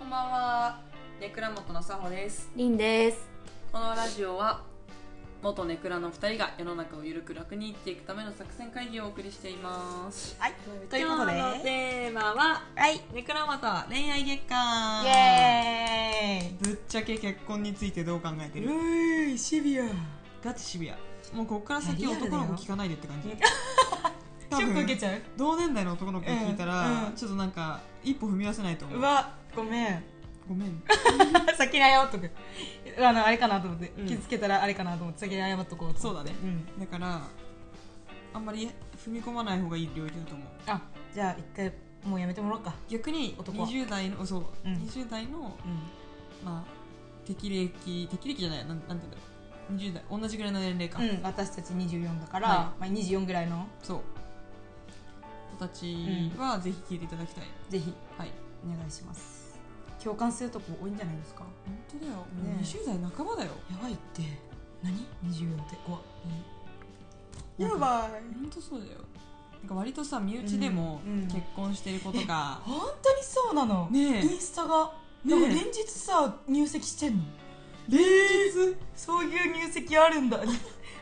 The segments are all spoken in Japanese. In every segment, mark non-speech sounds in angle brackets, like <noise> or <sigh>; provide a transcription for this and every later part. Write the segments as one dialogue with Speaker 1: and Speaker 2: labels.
Speaker 1: ばんはネクラ元のさほです
Speaker 2: りんです
Speaker 1: このラジオは元ネクラの2人が世の中をゆるく楽に生きていくための作戦会議をお送りしています
Speaker 2: はい
Speaker 1: ということで
Speaker 2: 今日の
Speaker 1: テーマは
Speaker 2: はいイ
Speaker 1: ネクラ元恋愛月間
Speaker 2: エーイ
Speaker 1: ぶっちゃけ結婚についてどう考えて
Speaker 2: う
Speaker 1: る
Speaker 2: ーいシビア
Speaker 1: ガチシビアもうここから先
Speaker 2: リアルだよ
Speaker 1: 男の子聞かないでって感じ多
Speaker 2: ショック受け
Speaker 1: 分
Speaker 2: ちゃう
Speaker 1: 同年代の男の子に聞いたら、
Speaker 2: うんうん
Speaker 1: ちょっとなんか一歩踏み出せないと思う
Speaker 2: うわごめん
Speaker 1: ごめん
Speaker 2: <laughs> 先に謝っとくあのあれかなと思って、
Speaker 1: うん
Speaker 2: 気づけたらあれかなと思って先に謝っとこうと思って
Speaker 1: そうだね
Speaker 2: ん
Speaker 1: だからあんまり踏み込まない方がいい領域だと思う
Speaker 2: あじゃあ一回もうやめてもらおうか
Speaker 1: 逆に
Speaker 2: 男は
Speaker 1: 20代のそう、
Speaker 2: うん
Speaker 1: 20代の
Speaker 2: うん
Speaker 1: まあ適齢期適齢期じゃないなんなんていうんだろう20代同じぐらいの年齢か、
Speaker 2: うん、私たち24だから、
Speaker 1: は
Speaker 2: まあ、24ぐらいの
Speaker 1: そう子たちはぜひ聞いていただきたい、
Speaker 2: ぜひ
Speaker 1: はい
Speaker 2: お願いします共感するとこ多いんじゃないですか
Speaker 1: 本当だよ、もう
Speaker 2: ねえ
Speaker 1: 20代半ばだよ
Speaker 2: やばいって何 ?24 って怖っ
Speaker 1: や
Speaker 2: ばい
Speaker 1: 本当そうだよなんか割とさ身内でも
Speaker 2: うんうん
Speaker 1: 結婚してる子とか、
Speaker 2: <laughs> 本当にそうなの、
Speaker 1: ねえ
Speaker 2: インスタがな
Speaker 1: ねえ
Speaker 2: んか連日さ入籍してんの
Speaker 1: 連日
Speaker 2: そういう入籍ある
Speaker 1: <laughs>
Speaker 2: んだ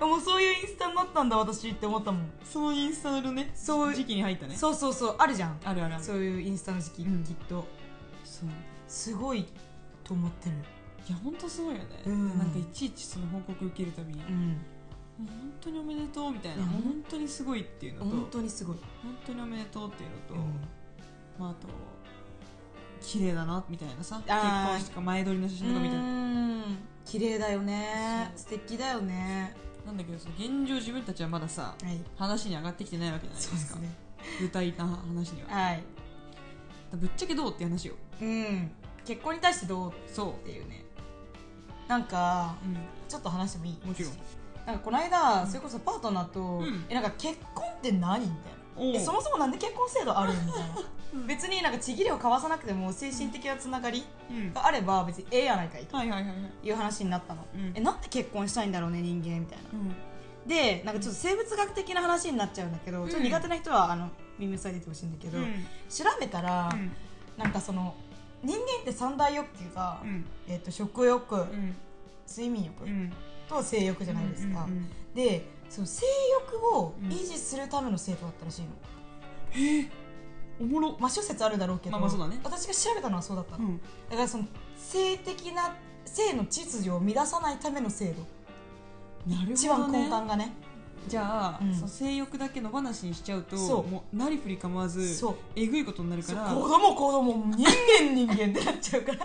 Speaker 2: もうそういうインスタになったんだ私って思ったもん、
Speaker 1: そのインスタのね
Speaker 2: そう
Speaker 1: 時期に入ったね
Speaker 2: そうそうそうあるじゃん
Speaker 1: あるあるある
Speaker 2: そういうインスタの時期、
Speaker 1: うん
Speaker 2: きっと
Speaker 1: そう
Speaker 2: すごいと思ってる
Speaker 1: いや本当すごいよね、
Speaker 2: うん
Speaker 1: なんかいちいちその報告受けるたびに、も
Speaker 2: ん
Speaker 1: う本当におめでとうみたい
Speaker 2: い
Speaker 1: な
Speaker 2: や
Speaker 1: もう本当にすごいっていうのと
Speaker 2: 本
Speaker 1: 本当
Speaker 2: 当にすごい、
Speaker 1: におめでとうっていうのと、
Speaker 2: うん
Speaker 1: まあ、あと綺麗だなみたいなさ結
Speaker 2: あー
Speaker 1: 婚式とか前撮りの写
Speaker 2: う
Speaker 1: 真とかみたいな
Speaker 2: ーん綺麗だよね
Speaker 1: そ
Speaker 2: 素敵だよね
Speaker 1: なんだけどさ現状自分たちはまださ
Speaker 2: はい
Speaker 1: 話に上がってきてないわけじゃないですか
Speaker 2: ね
Speaker 1: 具体的な話にはだか
Speaker 2: はい
Speaker 1: らぶっちゃけどうって話よ
Speaker 2: うん結婚に対してどうっ
Speaker 1: そ
Speaker 2: ていうねなんか
Speaker 1: う、うん、
Speaker 2: ちょっと話してもいい
Speaker 1: もちろん
Speaker 2: なんかこの間、
Speaker 1: うん
Speaker 2: それこそパートナーと、
Speaker 1: ん
Speaker 2: えなんか結婚って何みたいな
Speaker 1: おう
Speaker 2: えそもそもなんで結婚制度あるみたいな
Speaker 1: うん
Speaker 2: 別になんかちぎりを交わさなくても精神的なつながり
Speaker 1: うん
Speaker 2: があれば別にええやないかいと
Speaker 1: はいはいはいはい
Speaker 2: いう話になったの、
Speaker 1: うん
Speaker 2: えなんで結婚したいんだろうね人間みたいな
Speaker 1: うん
Speaker 2: でなんかちょっと生物学的な話になっちゃうんだけど、ちょっと苦手な人はあの耳塞いでてほしいんだけど、
Speaker 1: うん
Speaker 2: 調べたら、なんかその人間って三大欲求が、
Speaker 1: うん
Speaker 2: えっと食欲、
Speaker 1: うん
Speaker 2: 睡眠欲、
Speaker 1: うん
Speaker 2: と性欲じゃないですか、
Speaker 1: うんうんうん
Speaker 2: でその性欲を維持するための生徒だったらしいの、
Speaker 1: おもろ
Speaker 2: まあ諸説あるだろうけど、
Speaker 1: まあまあそうだね
Speaker 2: 私が調べたのはそうだったの、
Speaker 1: ん
Speaker 2: だからその性的な性の秩序を乱さないための制度
Speaker 1: なる
Speaker 2: 一
Speaker 1: ほど、
Speaker 2: 番
Speaker 1: ね、
Speaker 2: 根幹がね
Speaker 1: じゃあ、
Speaker 2: うん
Speaker 1: その性欲だけの話にしちゃうと
Speaker 2: そう
Speaker 1: もうなりふり構わず
Speaker 2: そう
Speaker 1: えぐいことになる
Speaker 2: そ
Speaker 1: か
Speaker 2: う
Speaker 1: ら
Speaker 2: 子供子供人間人間ってなっちゃうから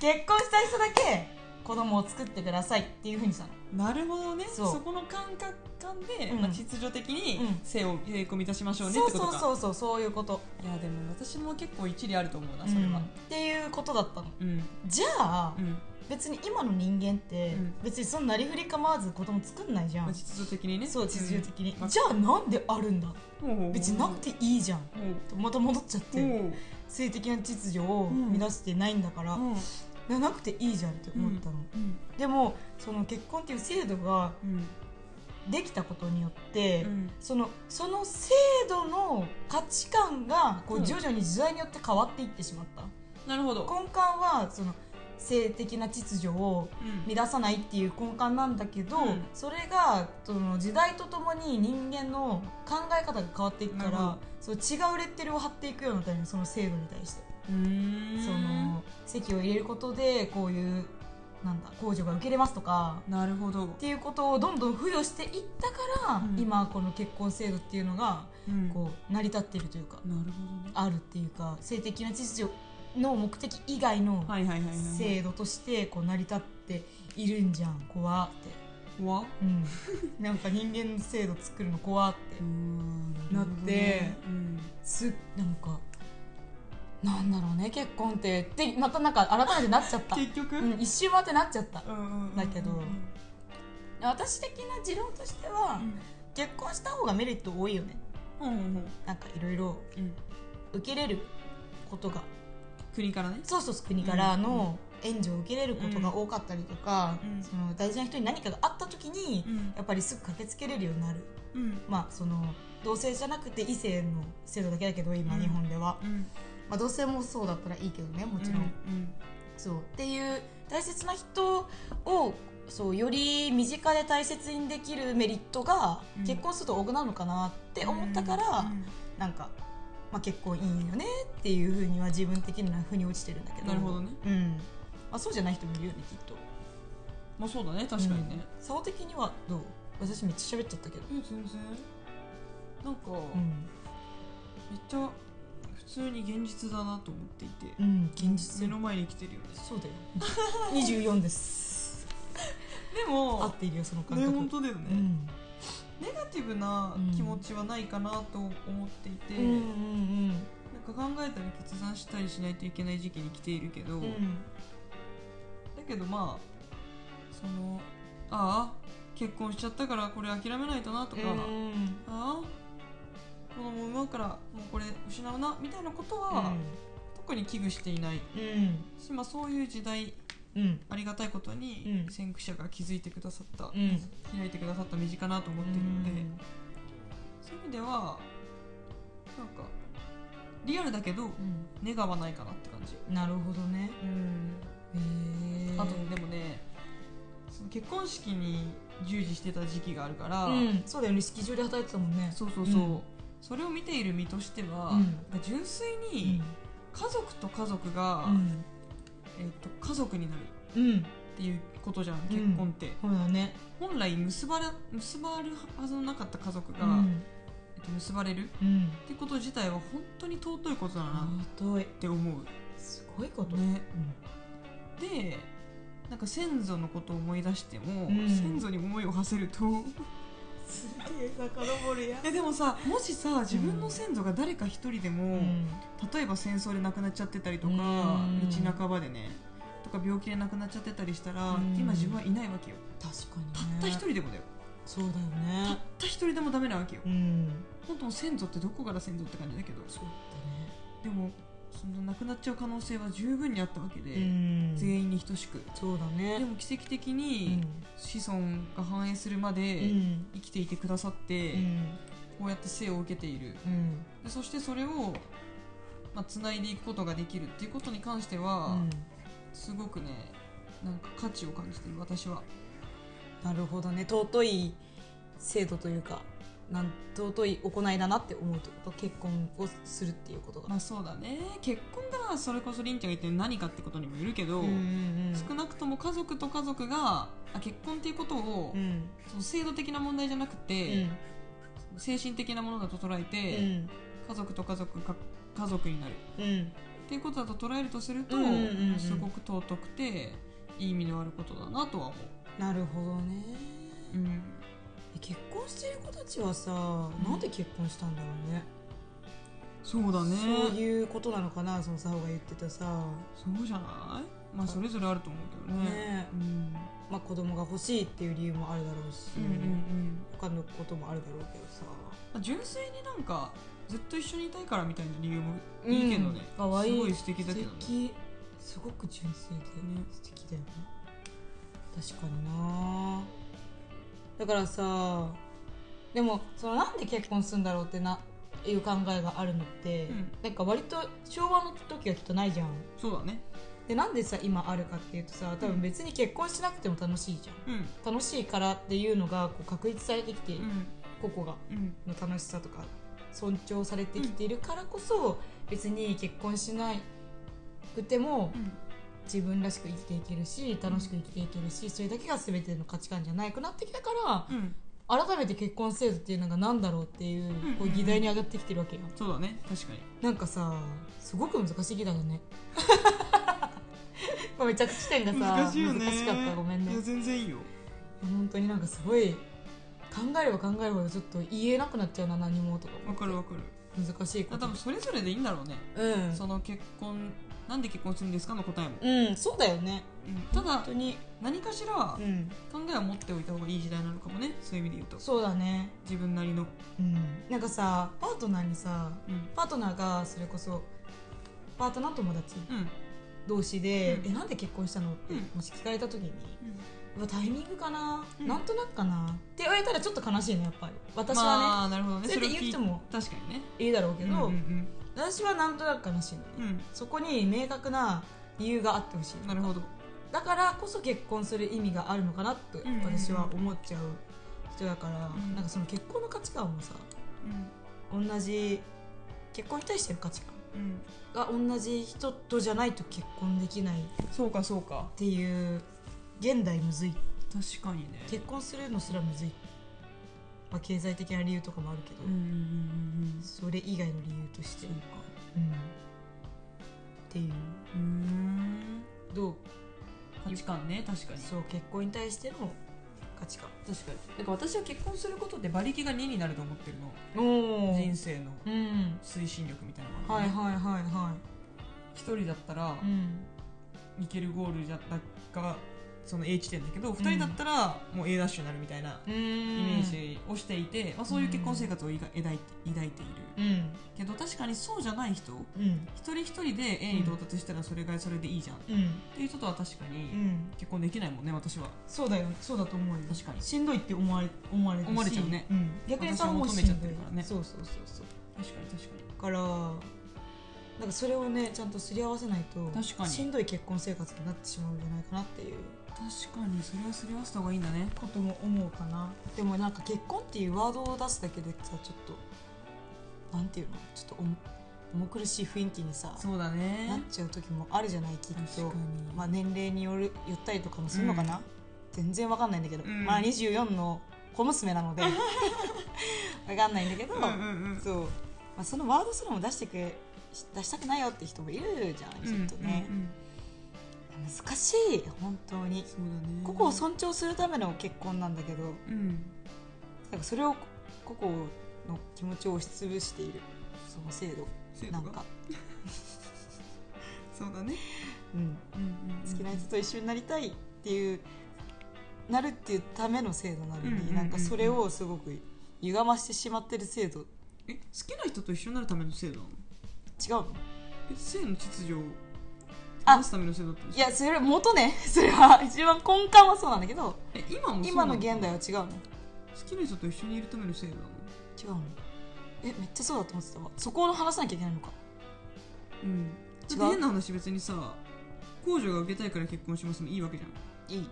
Speaker 2: 結婚した人だけ子供を作ってくださいっていうふうにしたの
Speaker 1: なるほどね
Speaker 2: そう
Speaker 1: そこの感覚感で、
Speaker 2: うん
Speaker 1: まあ、秩序的に
Speaker 2: うん
Speaker 1: 性を性欲を満たしましょうねっ
Speaker 2: そう
Speaker 1: てこ
Speaker 2: そ
Speaker 1: と
Speaker 2: う
Speaker 1: か
Speaker 2: そうそうそういうこと、
Speaker 1: いやでも私も結構一理あると思うな
Speaker 2: そ
Speaker 1: そ
Speaker 2: れ
Speaker 1: れ
Speaker 2: は
Speaker 1: は
Speaker 2: っていうことだったの
Speaker 1: うん
Speaker 2: じゃあ、
Speaker 1: うん、
Speaker 2: 別に今の人間って、
Speaker 1: うん
Speaker 2: 別にそのなりふり構わず子供作んないじゃ
Speaker 1: ま
Speaker 2: ん、
Speaker 1: あ、秩序的にね
Speaker 2: そう秩序的に、
Speaker 1: うん
Speaker 2: じゃあなんであるんだ
Speaker 1: に
Speaker 2: 別になくていいじゃん
Speaker 1: も
Speaker 2: とまた戻っちゃっ
Speaker 1: う
Speaker 2: て、
Speaker 1: も
Speaker 2: 性的な秩序を乱してないんだから、
Speaker 1: う
Speaker 2: ななくていいじゃんって思ったの、
Speaker 1: うん
Speaker 2: でもその結婚っていう制度が
Speaker 1: うん
Speaker 2: できたことによって、
Speaker 1: うん
Speaker 2: そのその制度の価値観がこ
Speaker 1: う
Speaker 2: うん徐々に時代によって変わっていってしまった、
Speaker 1: なるほど
Speaker 2: 根幹はその性的な秩序を
Speaker 1: うん
Speaker 2: 乱さないっていう根幹なんだけど、
Speaker 1: うん
Speaker 2: それがその時代とともに人間の考え方が変わっていくか
Speaker 1: なるほ
Speaker 2: らそう違うレッテルを貼っていくようになったのその制度に対して、
Speaker 1: うーん
Speaker 2: その席を入れることでこういうなんだ控除が受けれますとか
Speaker 1: なるほど
Speaker 2: っていうことをどんどん付与していったから、
Speaker 1: うん
Speaker 2: 今この結婚制度っていうのが
Speaker 1: うんなるほ
Speaker 2: こう成り立ってるというか、
Speaker 1: どね
Speaker 2: あるっていうか性的な秩序の目的以外の
Speaker 1: はいはいはいはいはい
Speaker 2: 制度としてこう成り立っているんじゃん怖って。
Speaker 1: は
Speaker 2: うん、なんか人間の制度作るの怖って
Speaker 1: な
Speaker 2: なって
Speaker 1: うん、
Speaker 2: すなんかなんだろうね結婚ってってまたなんか改めてなっちゃった、
Speaker 1: 結局、
Speaker 2: うん、一周回ってなっちゃった
Speaker 1: うん
Speaker 2: だけど
Speaker 1: うん
Speaker 2: 私的な持論としては、結婚した方がメリット多いよね
Speaker 1: うんうん
Speaker 2: なんかいろいろ
Speaker 1: うん、
Speaker 2: 受けれることが
Speaker 1: 国からね
Speaker 2: そうそう国からの援助を受けれることが多かったりとか、
Speaker 1: うん
Speaker 2: その大事な人に何かがあった時に、
Speaker 1: うん
Speaker 2: やっぱりすぐ駆けつけれるようになる
Speaker 1: うん
Speaker 2: まあその同性じゃなくて異性の制度だけだけど今
Speaker 1: うん
Speaker 2: 日本では、
Speaker 1: うん
Speaker 2: まあ、同性もそうだったらいいけどねもちろん、
Speaker 1: うん
Speaker 2: そうっていう大切な人をそうより身近で大切にできるメリットが
Speaker 1: うん
Speaker 2: 結婚すると多くなるのかなって思ったから、
Speaker 1: うん
Speaker 2: なんか、まあ、結婚いいよねっていうふうには自分的には腑に落ちてるんだけど
Speaker 1: なるほどね、
Speaker 2: うんまあ、そうじゃない人もいるよねきっと
Speaker 1: まあそうだね確かにね、
Speaker 2: うん竿的にはどう私めっちゃ喋っちゃったけど
Speaker 1: え全然なんか、
Speaker 2: うん、
Speaker 1: めっちゃ普通に現実だなと思っていて、
Speaker 2: うん、現実
Speaker 1: 目の前に来てるよね
Speaker 2: そうだよ24です
Speaker 1: <laughs> で
Speaker 2: 合
Speaker 1: も
Speaker 2: っているよその感
Speaker 1: ね
Speaker 2: 覚、
Speaker 1: 本当だよね、
Speaker 2: うん
Speaker 1: ネガティブな気持ちはないかなと思っていて、
Speaker 2: うんうん
Speaker 1: なんか考えたり決断したりしないといけない時期に来ているけ
Speaker 2: う
Speaker 1: ど、
Speaker 2: んう
Speaker 1: だ
Speaker 2: ん
Speaker 1: けどまあそのああ結婚しちゃったからこれ諦めないとなとか、
Speaker 2: うん
Speaker 1: ああ子供産むからもうこれ失うなみたいなことは、特に危惧していない
Speaker 2: うん
Speaker 1: し、まあ、そういう時代
Speaker 2: うん
Speaker 1: ありがたいことに
Speaker 2: うん
Speaker 1: 先駆者が気づいてくださった、
Speaker 2: うん
Speaker 1: 開いてくださった身近なと思っているので、そういう意味ではなんかリアルだけど
Speaker 2: う
Speaker 1: ネガはないかなって感じ、
Speaker 2: んなるほどねへえ
Speaker 1: あとでもねその結婚式に従事してた時期があるから、
Speaker 2: うんそうだよね式場で働いてたもんね
Speaker 1: そうそうそう、
Speaker 2: うん
Speaker 1: それを見ている身としては、
Speaker 2: うん
Speaker 1: なんか純粋に家族と家族が、
Speaker 2: うん
Speaker 1: えっと家族になる
Speaker 2: うん
Speaker 1: っていうことじゃん
Speaker 2: うん
Speaker 1: 結婚って、
Speaker 2: そうだね
Speaker 1: 本来結ばれ結ばれるはずのなかった家族が、
Speaker 2: うん
Speaker 1: えっと結ばれるっ
Speaker 2: うん
Speaker 1: てこと自体は本当に尊いことだな
Speaker 2: 尊い
Speaker 1: って思
Speaker 2: すごいこと
Speaker 1: う、ね、
Speaker 2: うん
Speaker 1: でなんか先祖のことを思い出しても、
Speaker 2: うん
Speaker 1: 先祖に思いを馳せ
Speaker 2: <laughs>
Speaker 1: ると
Speaker 2: すげえ遡るや
Speaker 1: えでもさもしさ自分の先祖が誰か一人でも、
Speaker 2: うん
Speaker 1: 例えば戦争で亡くなっちゃってたりとか、
Speaker 2: うん
Speaker 1: 道半ばでねとか病気で亡くなっちゃってたりしたら、
Speaker 2: うん
Speaker 1: 今自分はいないわけよ
Speaker 2: 確かにね
Speaker 1: たった一人でもだよ
Speaker 2: そうだよ
Speaker 1: たっ
Speaker 2: ね
Speaker 1: た一人でもダメなわけよ、
Speaker 2: うん
Speaker 1: 本当もう先祖ってどこから先祖って感じだけど
Speaker 2: そう
Speaker 1: でもその亡くなっちゃう可能性は十分にあったわけで、
Speaker 2: だねうん
Speaker 1: 全員に等しく
Speaker 2: そうだね
Speaker 1: でも奇跡的
Speaker 2: う
Speaker 1: に
Speaker 2: ん
Speaker 1: 子孫が繁栄するま
Speaker 2: う
Speaker 1: で
Speaker 2: ん
Speaker 1: 生きていてくださって、
Speaker 2: うん
Speaker 1: こうやって生を受けている
Speaker 2: うん
Speaker 1: でそしてそれをまあ、繋いでいくことができるっていうことに関して
Speaker 2: う
Speaker 1: は、
Speaker 2: ん
Speaker 1: すごくねなんか価値を感じてる私は
Speaker 2: なるほどね尊い制度というかなん尊い行いだなって思うってこと結婚をするっていうことが
Speaker 1: まあそうだね結婚がそれこそりんちゃんが言ってる何かってことにもよるけど、
Speaker 2: うんうん
Speaker 1: 少なくとも家族と家族があ結婚っていうことを、
Speaker 2: うん
Speaker 1: その制度的な問題じゃなく
Speaker 2: う
Speaker 1: て、
Speaker 2: ん
Speaker 1: 精神的なものだと捉え
Speaker 2: う
Speaker 1: て、
Speaker 2: ん
Speaker 1: 家族と家族が家族になる
Speaker 2: うん
Speaker 1: っていうことだと捉えるとすると、
Speaker 2: うんうんうんうん
Speaker 1: すごく尊くていい意味のあることだなとは思
Speaker 2: なるほどね
Speaker 1: う、うん、
Speaker 2: 結婚している子たちはさなんで結婚したんだろうね
Speaker 1: そうだね
Speaker 2: そういうことなのかなそのサホが言ってたさ、
Speaker 1: そうじゃないまあそれぞれあると思うけどね
Speaker 2: ね
Speaker 1: うん
Speaker 2: まあ、子供が欲しいっていう理由もあるだろうし、
Speaker 1: うんうんうん
Speaker 2: 他のこともあるだろうけどさ
Speaker 1: まあ純粋になんかずっと一緒にいたいからみたいな理由もいいけどね、
Speaker 2: うん可愛い
Speaker 1: すごい素敵だ
Speaker 2: 素
Speaker 1: けどね
Speaker 2: 敵すごく純粋で
Speaker 1: ね
Speaker 2: 素敵だよね確かになだからさでもそのなんで結婚するんだろうってないう考えがあるのって、
Speaker 1: うん
Speaker 2: なんか割と昭和の時はきっとないじゃん
Speaker 1: そうだね
Speaker 2: でなんでさ今あるかっていうとさ多分別に結婚しなくても楽しいじゃん
Speaker 1: うん
Speaker 2: 楽しいからっていうのがこう確立されてきて、
Speaker 1: うん
Speaker 2: 個々が
Speaker 1: うん
Speaker 2: の楽しさとか尊重されてきているからこそ、別に結婚しなくても
Speaker 1: うん
Speaker 2: 自分らしく生きていけるし楽しく生きていけるし、それだけが全ての価値観じゃないくなってきたか
Speaker 1: うん
Speaker 2: ら改めて結婚制度っていうのが何だろうっていう,、
Speaker 1: ん
Speaker 2: こう議題に上がってきてるわけよ
Speaker 1: そうだね確かに
Speaker 2: なんかさすごく難しい議題だ
Speaker 1: <laughs>
Speaker 2: ねごめん着地点がさ
Speaker 1: 難しいよね
Speaker 2: 難しかったごめんね
Speaker 1: いや全然いいよ
Speaker 2: 本当になんかすごい考えれば考えるほどちょっと言えなくなっちゃうな何もとか
Speaker 1: わかるわかる
Speaker 2: 難しいこ
Speaker 1: あ
Speaker 2: と
Speaker 1: 多分それぞれでいいんだろうね、
Speaker 2: うん
Speaker 1: その結婚なんで結婚するんですかの答えも、
Speaker 2: うん、そうだよね。
Speaker 1: ただ
Speaker 2: 本当に、
Speaker 1: 何かしら
Speaker 2: うん、
Speaker 1: 考えを持っておいた方がいい時代なのかもねそういう意味で言うと
Speaker 2: そうだね。
Speaker 1: 自分なりの
Speaker 2: うん、なんかさ、パートナーにさ、
Speaker 1: うん
Speaker 2: パートナーがそれこそ。パートナー友達
Speaker 1: うん
Speaker 2: 同士で、
Speaker 1: うん
Speaker 2: え、なんで結婚したのって、
Speaker 1: うん
Speaker 2: もし聞かれた時に。うわ、タイミングかな、
Speaker 1: うん
Speaker 2: なんとなくかなって言われたら、ちょょっと悲しいね、やっぱり。私はね、
Speaker 1: まあなるほどね
Speaker 2: それで
Speaker 1: を聞い
Speaker 2: 言っても
Speaker 1: 確かにね
Speaker 2: いいだろうけど、
Speaker 1: うんうんうん
Speaker 2: 私はなんとなく悲しいのね
Speaker 1: うん
Speaker 2: そこに明確な理由があってほしい
Speaker 1: なるほど
Speaker 2: だからこそ結婚する意味があるのかなって
Speaker 1: んうんうん
Speaker 2: 私は思っちゃう人だから、
Speaker 1: うん
Speaker 2: なんかその結婚の価値観もさ
Speaker 1: う
Speaker 2: 同じ結婚に対しての価値観
Speaker 1: んうん
Speaker 2: が同じ人とじゃないと結婚できないっ
Speaker 1: そうかそうか
Speaker 2: ていう現代むずい
Speaker 1: 確かにね
Speaker 2: 結婚するのすらむずい、まあ、経済的な理由とかもあるけど、
Speaker 1: うんうんうんうん
Speaker 2: それ以外の理由として、
Speaker 1: そう
Speaker 2: うん、っ
Speaker 1: か
Speaker 2: ていう
Speaker 1: うーん
Speaker 2: どう
Speaker 1: 価値観ね確かに
Speaker 2: そう結婚に対しての価値観
Speaker 1: 確かになんか私は結婚することで馬力が2になると思ってるの
Speaker 2: お
Speaker 1: 人生の
Speaker 2: うん
Speaker 1: 推進力みたいなのが
Speaker 2: は
Speaker 1: ね
Speaker 2: いはいはいは
Speaker 1: 一人だったら
Speaker 2: いうん
Speaker 1: いけるゴールじゃだがその A 地点だけど二人だったらもう A ダッシュになるみたいな
Speaker 2: イメ
Speaker 1: イメージをしていて、まあ、そういう結婚生活をいが抱いて抱いてい
Speaker 2: う
Speaker 1: る
Speaker 2: ん
Speaker 1: けど確かにそうじゃない人
Speaker 2: うん
Speaker 1: 一人一人で A に到達したらそれがそれでいいじゃんっ
Speaker 2: うん
Speaker 1: ていう人とは確か
Speaker 2: う
Speaker 1: に
Speaker 2: ん
Speaker 1: 結婚できないもんね私は
Speaker 2: そうだよそうだと思うよ
Speaker 1: 確かに
Speaker 2: しんどいって思われ思われるし
Speaker 1: 思われちゃうね
Speaker 2: ん、逆にそう思う
Speaker 1: 私は求めちゃってるからね
Speaker 2: そうそうそうそう
Speaker 1: 確かに確かに
Speaker 2: だからなんかそれをねちゃんとすり合わせないと
Speaker 1: 確かに
Speaker 2: しんどい結婚生活になってしまうんじゃないかなっていう
Speaker 1: 確かにそれはすり合わせた方がいいんだね
Speaker 2: ことも思うかなでもなんか結婚っていうワードを出すだけでさちょっとなんていうのちょっと重重苦しい雰囲気にさ
Speaker 1: そうだ
Speaker 2: なっ
Speaker 1: ね
Speaker 2: ちゃう時もあるじゃないきっ
Speaker 1: 確
Speaker 2: と
Speaker 1: かに、
Speaker 2: まあ、年齢による言ったりとかもするのかな、全然わかんないんだけど、
Speaker 1: うん
Speaker 2: まあ24の小娘なの
Speaker 1: <laughs>
Speaker 2: でわかんないんだけど、
Speaker 1: うんうんうん
Speaker 2: そう、まあ、そのワードすらも出してくれし出したくないよって人もいるじゃんきっとね、
Speaker 1: うんうんうん
Speaker 2: 難しい本当に
Speaker 1: そうだね
Speaker 2: 個々を尊重するための結婚なんだけど
Speaker 1: うん
Speaker 2: なんかそれを個々の気持ちを押しつぶしているその制度
Speaker 1: そう
Speaker 2: なんか、
Speaker 1: そうだね、
Speaker 2: うん、
Speaker 1: うんうんうん
Speaker 2: 好きな人と一緒になりたいっていうなるっていうための制度なのに、
Speaker 1: うんうんうんうん
Speaker 2: なんかそれをすごく歪ましてしまってる制度違う
Speaker 1: え好きな人と一緒になるための制度なの
Speaker 2: の
Speaker 1: え性の秩序を
Speaker 2: あ
Speaker 1: 出すための制度だったんで
Speaker 2: い
Speaker 1: すか
Speaker 2: やそれ元ね <laughs> それは一番根幹はそうなんだけど
Speaker 1: え今もそうな
Speaker 2: 今の現代は違うの
Speaker 1: 好きな人と一緒にいるための制度なの
Speaker 2: 違うのえめっちゃそうだと思ってたわそこを話さなきゃいけないのか
Speaker 1: うんだっ
Speaker 2: 違
Speaker 1: て
Speaker 2: う
Speaker 1: 変な話別にさ控除が受けたいから結婚しますもいいわけじゃん
Speaker 2: いい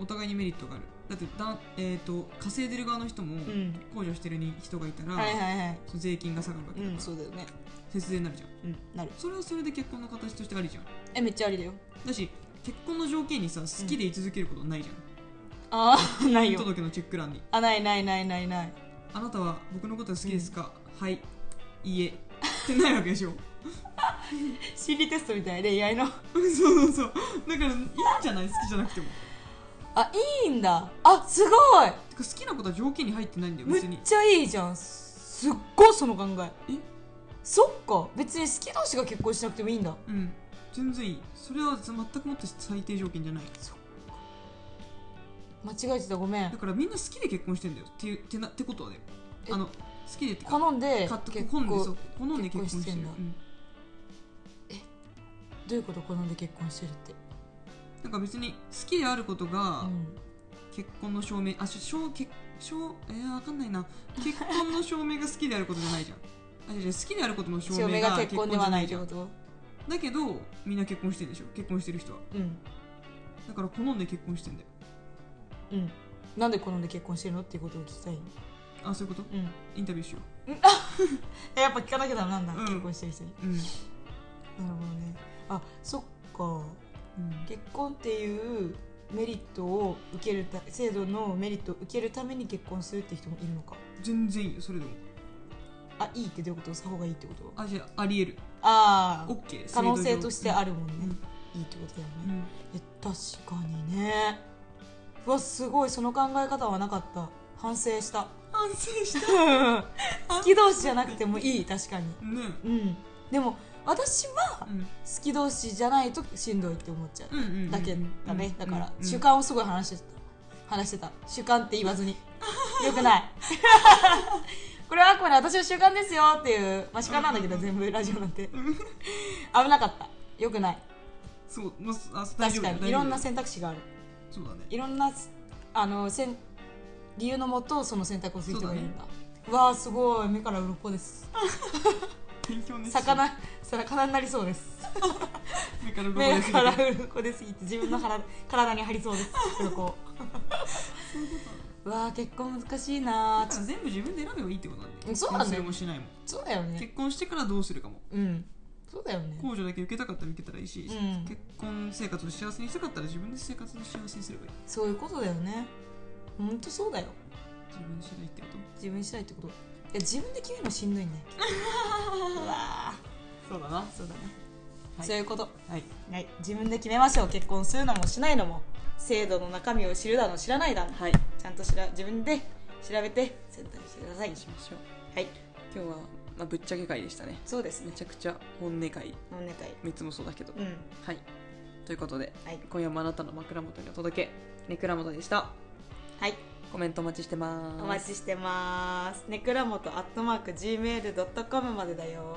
Speaker 1: お互いにメリットがあるだってだ、えー、と稼いでる側の人も
Speaker 2: うん
Speaker 1: 控除してる人がいたら、
Speaker 2: はいはいはい
Speaker 1: その税金が下がるわけ
Speaker 2: う
Speaker 1: だか
Speaker 2: ん
Speaker 1: ら、
Speaker 2: そうだよね
Speaker 1: 節税になるじゃん
Speaker 2: うんなる
Speaker 1: それはそれで結婚の形としてありじゃん
Speaker 2: えめっちゃありだよ
Speaker 1: だし結婚の条件にさ好きで居続けることないじゃん、
Speaker 2: ああ <laughs> ない
Speaker 1: 婚
Speaker 2: よ
Speaker 1: 届のチェック欄に
Speaker 2: あないないないないない
Speaker 1: あなたは僕のこと好きですか、はいいいえってないわけでしょ <laughs>
Speaker 2: 心理テストみたいで恋愛の
Speaker 1: そうそうそうだからいいんじゃない好きじゃなくても
Speaker 2: あいいんだあすごい
Speaker 1: てか好きなことは条件に入ってないんだよ
Speaker 2: むっ
Speaker 1: 別に
Speaker 2: ちゃいいじゃんすっごいその考え
Speaker 1: え
Speaker 2: そっか別に好き同士が結婚しなくてもいいんだ
Speaker 1: うん全然いいそれは全くもって最低条件じゃない
Speaker 2: 間違えてたごめ
Speaker 1: だ
Speaker 2: ん
Speaker 1: からみんな好きで結婚してんだよっていうてなってことはね
Speaker 2: え
Speaker 1: あの好きでってか
Speaker 2: 好んで
Speaker 1: 買って
Speaker 2: 結
Speaker 1: 好んでそう
Speaker 2: 婚
Speaker 1: 好んで結婚してる
Speaker 2: 結婚してんだ
Speaker 1: うん
Speaker 2: どういうこと好んで結婚してるって
Speaker 1: だから別に好きであることが
Speaker 2: うん
Speaker 1: 結婚の証明あし証結証えー、わかんな
Speaker 2: <laughs>
Speaker 1: いな結婚の証明が好きであることじゃないじゃんあじゃ好きであることの証
Speaker 2: 証
Speaker 1: 明
Speaker 2: 明
Speaker 1: が
Speaker 2: が
Speaker 1: 結
Speaker 2: 結
Speaker 1: 婚
Speaker 2: 婚で
Speaker 1: じゃ
Speaker 2: は
Speaker 1: な
Speaker 2: ない
Speaker 1: い
Speaker 2: って
Speaker 1: じゃ
Speaker 2: こ
Speaker 1: ん
Speaker 2: と
Speaker 1: だけどみんな結婚してるでしょ結婚してる人は
Speaker 2: うん
Speaker 1: だから好んで結婚してんだよ
Speaker 2: うんなんで好んで結婚してるのっていうことを聞きたい
Speaker 1: あそういうこと
Speaker 2: うん
Speaker 1: インタビューしよ
Speaker 2: やっぱ聞かなきゃダメなんだ
Speaker 1: うん
Speaker 2: 結婚してる人に
Speaker 1: ううん、
Speaker 2: なるほどねあそっか
Speaker 1: うん
Speaker 2: 結婚っていうメリットを受けるた制度のメリットを受けるために結婚するって人もいるのか
Speaker 1: 全然いいよそれでも
Speaker 2: あいいってどういうこと作法がいいってこと
Speaker 1: あじゃあありえる
Speaker 2: ああ
Speaker 1: OK
Speaker 2: 可能性としてあるもんね、
Speaker 1: うん
Speaker 2: いいってことだよ
Speaker 1: う
Speaker 2: ね、
Speaker 1: ん
Speaker 2: え確かにねうわすごいその考え方はなかった反省した <laughs>
Speaker 1: 反省した
Speaker 2: 好き同士じゃなくてもいい確かに
Speaker 1: ね
Speaker 2: うんでも私は
Speaker 1: うん
Speaker 2: 好き同士じゃないとしんどいって思っちゃう、
Speaker 1: うんうん
Speaker 2: だけだね、だから、主
Speaker 1: 間
Speaker 2: 観をすごい話してた話してた主観って言わず
Speaker 1: <laughs>
Speaker 2: によくない <laughs> これはあくまで私の主観ですよっていう、まあ、主観なんだけど全部ラジオなんて <laughs> 危なかったよくない
Speaker 1: そうまあ大
Speaker 2: 確
Speaker 1: 丈
Speaker 2: か
Speaker 1: 夫だよ
Speaker 2: にいろんな
Speaker 1: 大丈
Speaker 2: 選択肢がある
Speaker 1: 夫そうだね
Speaker 2: いろんなあのせん理由のもとその選択をする人がいるんだうわあすごい目から鱗です
Speaker 1: 勉強熱心だ
Speaker 2: 魚魚になりそうです
Speaker 1: からどこ
Speaker 2: 目
Speaker 1: です
Speaker 2: から鱗出過ぎて自分の腹体に張りそうです鱗うわあ結婚難しいな
Speaker 1: だから全部自分で選べばいいってことなんだ
Speaker 2: う
Speaker 1: よ
Speaker 2: んそうなんだよ
Speaker 1: 強制もしないもん
Speaker 2: そうだよね
Speaker 1: 結婚してからどうするかも
Speaker 2: うんそうだよね
Speaker 1: 控除だけ受けたかったら受けたらいいし、
Speaker 2: うん
Speaker 1: 結婚生活を幸せにしたかったら自分で生活を幸せにすればいい
Speaker 2: そういうことだよねほんとそうだよ
Speaker 1: 自分次第ってこ
Speaker 2: 自分次第ってこといや自分で決めるのしんどいんだよ <laughs> うわ
Speaker 1: とそうだな
Speaker 2: ーそうだね、
Speaker 1: はい
Speaker 2: そういうこと
Speaker 1: はい
Speaker 2: はい、自分で決めましょう結婚するのもしないのも制度の中身を知るだの知らないだの
Speaker 1: はい
Speaker 2: ちゃんとしら自分で調べて選択してください
Speaker 1: しましょう
Speaker 2: はい
Speaker 1: 今日は、まあ、ぶっちゃけ会でしたね
Speaker 2: そうですね
Speaker 1: めちゃくちゃ本音会
Speaker 2: 飲んでたい
Speaker 1: 3つもそうだけど、
Speaker 2: うん
Speaker 1: はいということで
Speaker 2: はい
Speaker 1: 今夜もあなたの枕元にお届けねくらもとでした
Speaker 2: はい
Speaker 1: コメントお待ちしてます
Speaker 2: お待ちしてますねくらもとアットマーク Gmail.com までだよ